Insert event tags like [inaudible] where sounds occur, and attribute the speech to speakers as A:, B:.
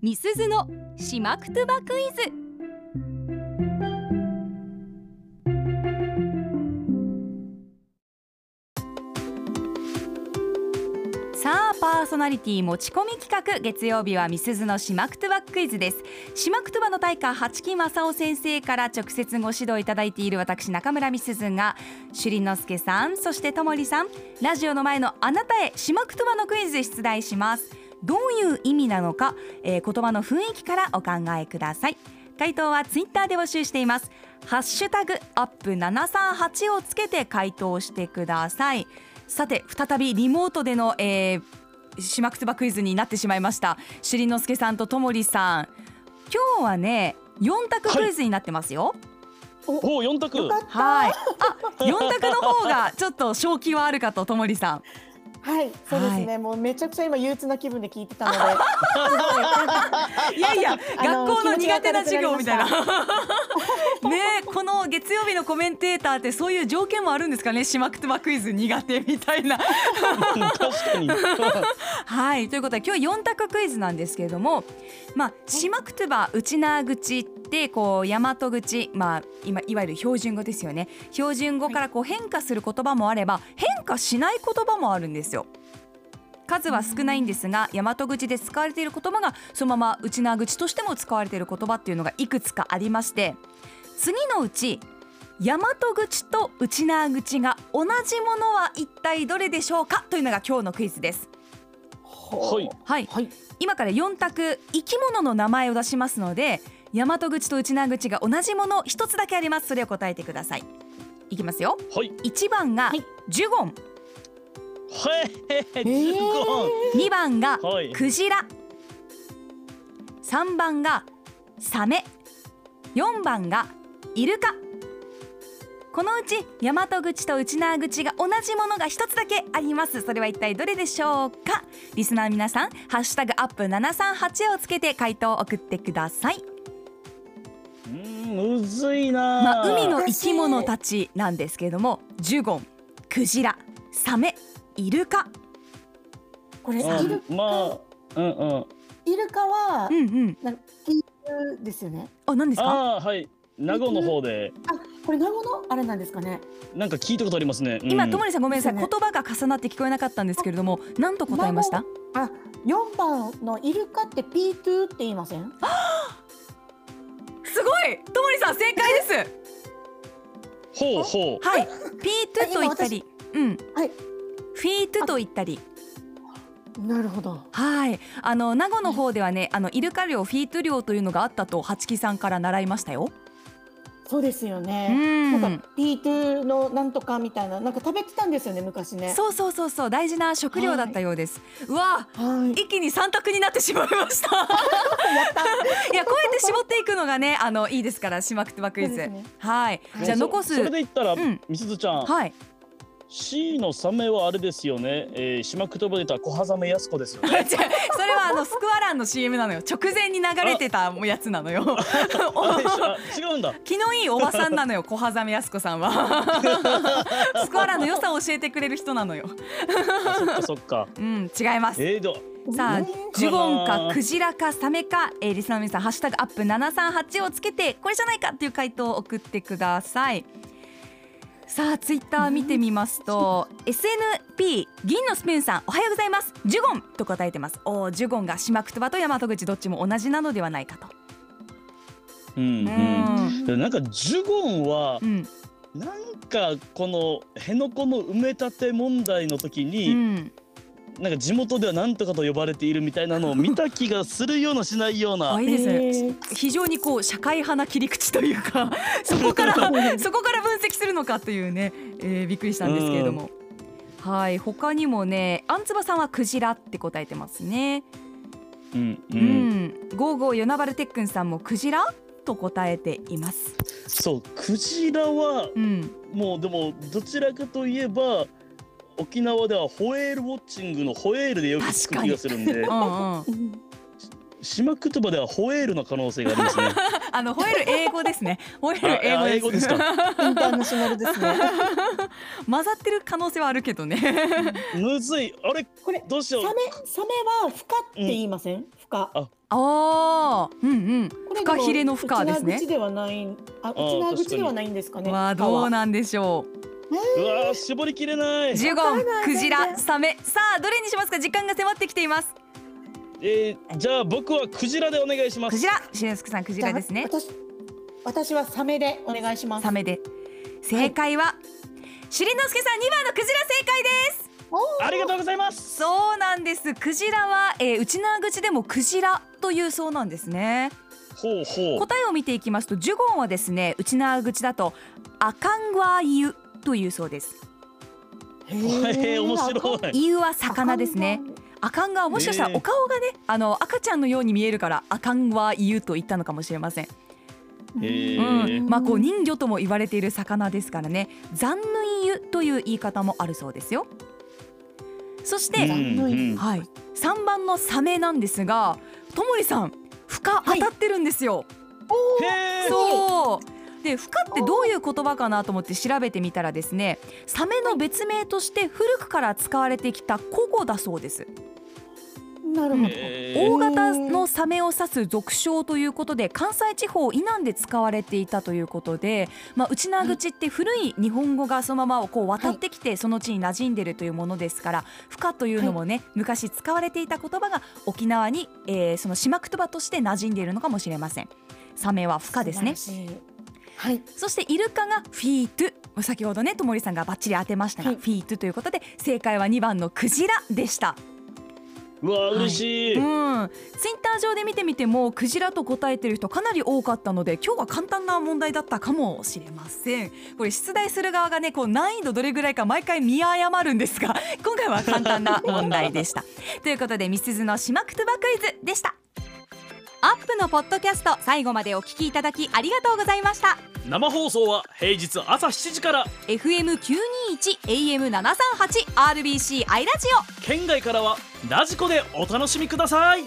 A: みすずのしまくとばクイズさあパーソナリティ持ち込み企画月曜日はみすずのしまくとばクイズですしまくとばの大家八木正夫先生から直接ご指導いただいている私中村みすずが朱里之助さんそしてともりさんラジオの前のあなたへしまくとばのクイズで出題しますどういう意味なのか、えー言葉の雰囲気からお考えください回答はツイッターで募集していますハッシュタグアップ738をつけて回答してくださいさて再びリモートでの、えー、しまくつばクイズになってしまいました朱里之助さんとともりさん今日はね4択クイズになってますよ
B: おお、四択。
C: よかった。
A: はい、あ4択の方がちょっと正気はあるかとともりさん
C: はい、そうですね、もうめちゃくちゃ今憂鬱な気分で聞いてたので。すごい
A: いやいや、
C: [laughs] あの
A: 学校の苦手な授業みたいな。ね
C: 気持ち
A: え、この月曜日のコメンテーターって、そういう条件もあるんですかね、しまくとばクイズ苦手みたいな。
B: 確
A: [laughs]
B: かに。
A: はい、ということで、今日四択クイズなんですけれども。まあ、しまくとば、うちなぐちって、こう大和口、まあ、今、いわゆる標準語ですよね。標準語からこう変化する言葉もあれば、変化しない言葉もあるんですよ。数は少ないんですが大和口で使われている言葉がそのまま内縄口としても使われている言葉っていうのがいくつかありまして次のうち大和口と内縄口が同じものは一体どれでしょうかというのが今日のクイズです。
C: ほう
B: はい
A: はい、
C: はい。
A: 今から4択生き物の名前を出しますので大和口と内縄口が同じもの一つだけありますそれを答えてください。いきますよ
B: はい。
A: 1番が
C: はい
A: ジュゴン
B: はい。
C: えー
B: ズコ
A: 2番が
B: ン。はい。
A: クジラ3番がサメ4番がイルカこのうち大和口と内縄口が同じものが一つだけありますそれは一体どれでしょうかリスナー皆さんハッシュタグアップ738をつけて回答を送ってください
B: うーん、むずいな。
A: まあ、海の生き物たちなんですけれどもジュゴン、クジラ、サメ、イルカ
C: [laughs] これ、イル
B: うん。まあ。うんうん。
C: イルカは
A: うん、うん
C: なんか、イルですよね。
A: あ何ですか
B: ああー、はい。名護の方で。
C: あ、これ、名護のあれなんですかね。
B: なんか聞いたことありますね。うん
A: 今ともりさんごめんなさい
C: で
A: 言
C: すね
A: 葉が重なって聞こえなかったんですけれども何と答えました
C: あ、四番のイルカってピートゥーって言いません。
A: すごいともりさん正解です
B: ほうほう。
A: はいピートゥと言ったりうん
C: はい
A: フィートゥと言ったり
C: なるほど。
A: はいあの名護の方ではねあのイルカ漁フィートゥ漁というのがあったと八木さんから習いましたよ
C: そうですよ
A: う
C: ね。なん
A: ん
C: か、ピートゥーのなんとかみたいな、なんか食べてたんですよね、昔ね。
A: そうそうそうそう大事な食料だったようです、うわ
C: はい。
A: 一気に三択になってしまいました [laughs] いやこうやって絞っていくのがねあのいいですからしまくってばクイ
C: そう
A: ズ、
C: ですね
A: はいじゃあ
B: そ
A: 残
B: そ
A: す
B: れで言ったら、
A: うん
B: みすずちゃん。
A: はい、
B: C のサメはあれですよね。えー、島くとばでた小ハザメやすこですよ
A: [laughs]
B: ね。
A: 違うそれはあのスクワランの CM なのよ直前に流れてたやつなのよ [laughs]
B: あれあ違うんだ。
A: 気のいいおばさんなのよ小羽ザメやす子さんは [laughs] スコアラの良さを教えてくれる人なのよ
B: あそっかそっ
A: [laughs]
B: か。
A: うん違います
B: えー、ど。
A: さあ
C: ね
A: ジュゴンかクジラかサメか、えー、リスナーの皆さん「ハッシュタグアップ #738」をつけてこれじゃないかっていう回答を送ってくださいさあツイッター見てみますと SNP 銀のスプーンさんおはようございますジュゴンと答えてますおージュゴンが島くとばと大和口どっちも同じなのではないかと
B: うんうん。
A: う
B: でもなんかジュゴンは
A: う、ん
B: なんかこの辺野古の埋め立て問題の時
A: う
B: に、
A: ん
B: なんか地元ではなんとかと呼ばれているみたいなのを見た気がするようなしないような
A: あいいですね非常にこう社会派な切り口というか [laughs] そこ
B: [laughs]
A: からそこから分析するのかというね、えーびっくりしたんですけれども、はい他にもねあんつばさんはクジラって答えてますね
B: うんう、
A: うんんゴーゴーヨナバルテックンさんもクジラと答えています
B: そうクジラは
A: うん
B: もうでもどちらかといえば沖縄ではホエールウォッチングのホエールでよく聞く気がするんで
A: うんうん
C: うん
B: 島言葉ではホエールの可能性がありますね。
A: あの吠える英語です
B: [laughs]
A: ね。吠える英語
B: ああ英語ですか
C: インターナショナル [laughs] ですね。
A: [laughs] 混ざってる可能性はあるけどね。 [laughs]
B: むずい、あれ、
C: これ
B: どうし
C: サ
B: よ
C: メ
B: う。
C: サメはフカって言いません？フカ。
B: あ
A: ああ、うんうん。
C: これ
A: フカヒレのフカです
C: うちな
A: ね
C: 口。ではない。あ、うちな口ではないんですかね。
A: はどうなんでしょ
B: うわー、絞りきれない。
A: う。ジュゴン、クジラ、サメ、さあどれにしますか。時間が迫ってきています。
B: えー、じゃあ、僕はクジラでお願いしま
A: ク
B: す
A: ジ。ラ、しんすくさんクジ
C: じゃ
A: ラ
C: あ
A: ですね。
C: 私私はサメでお願いします。
A: サメで。正解は、しりのすけさん2番のクジラ正解です。
C: おー
B: ありがとうございます。
A: そうなんです。クジラは、えー、内縄口でもクジラというそうなんですね。
B: ほうほう。
A: 答えを見ていきますと、ジュゴンはですね、内縄口だとアカンワイユというそうです。
C: へ
B: へえ、面白
C: 赤
B: い。
A: イユは魚ですね。赤んがもしかしたら
B: ねえ
A: お顔がね、あの赤ちゃんのように見えるから赤んは言うと言ったのかもしれません、
B: へ
C: うん
A: う
B: ー
A: んまあこう人魚とも言われている魚ですからね残ヌイユという言い方もあるそうですよそして、
B: うんうん
A: はい3番のサメなんですがともりさんフカ当たってるんですよ、
B: へー
A: そうでフカってどういう言葉かなと思って調べてみたらですねサメの別名として古くから使われてきた古語だそうです
C: なるほど。
B: へー
A: 大型のサメを指す俗称ということで関西地方以南で使われていたということで、まあ、内縄口って古い日本語がそのままこう渡ってきてその地に馴染んでるというものですから「不可」というのもね昔使われていた言葉が沖縄に、えーその島言葉として馴染んでいるのかもしれません。サメは不可ですね
C: 素晴らしい。はい。
A: そしてイルカがフィートゥ先ほどねともりさんがバッチリ当てましたが、
C: はい
A: フィートゥということで正解は2番のクジラでした。
B: うわー、嬉しい。
A: うん、ツイッター上で見てみてもクジラと答えてる人かなり多かったので今日は簡単な問題だったかもしれませんこれ出題する側がねこう難易度どれぐらいか毎回見誤るんですが [laughs] 今回は簡単な問題でしたということでみすずのしまくとばクイズでしたアップのポッドキャスト最後までお聞きいただきありがとうございました
D: 生放送は平日朝7時から
A: FM921 AM738 RBC アイラジオ
D: 県外からはラジコでお楽しみください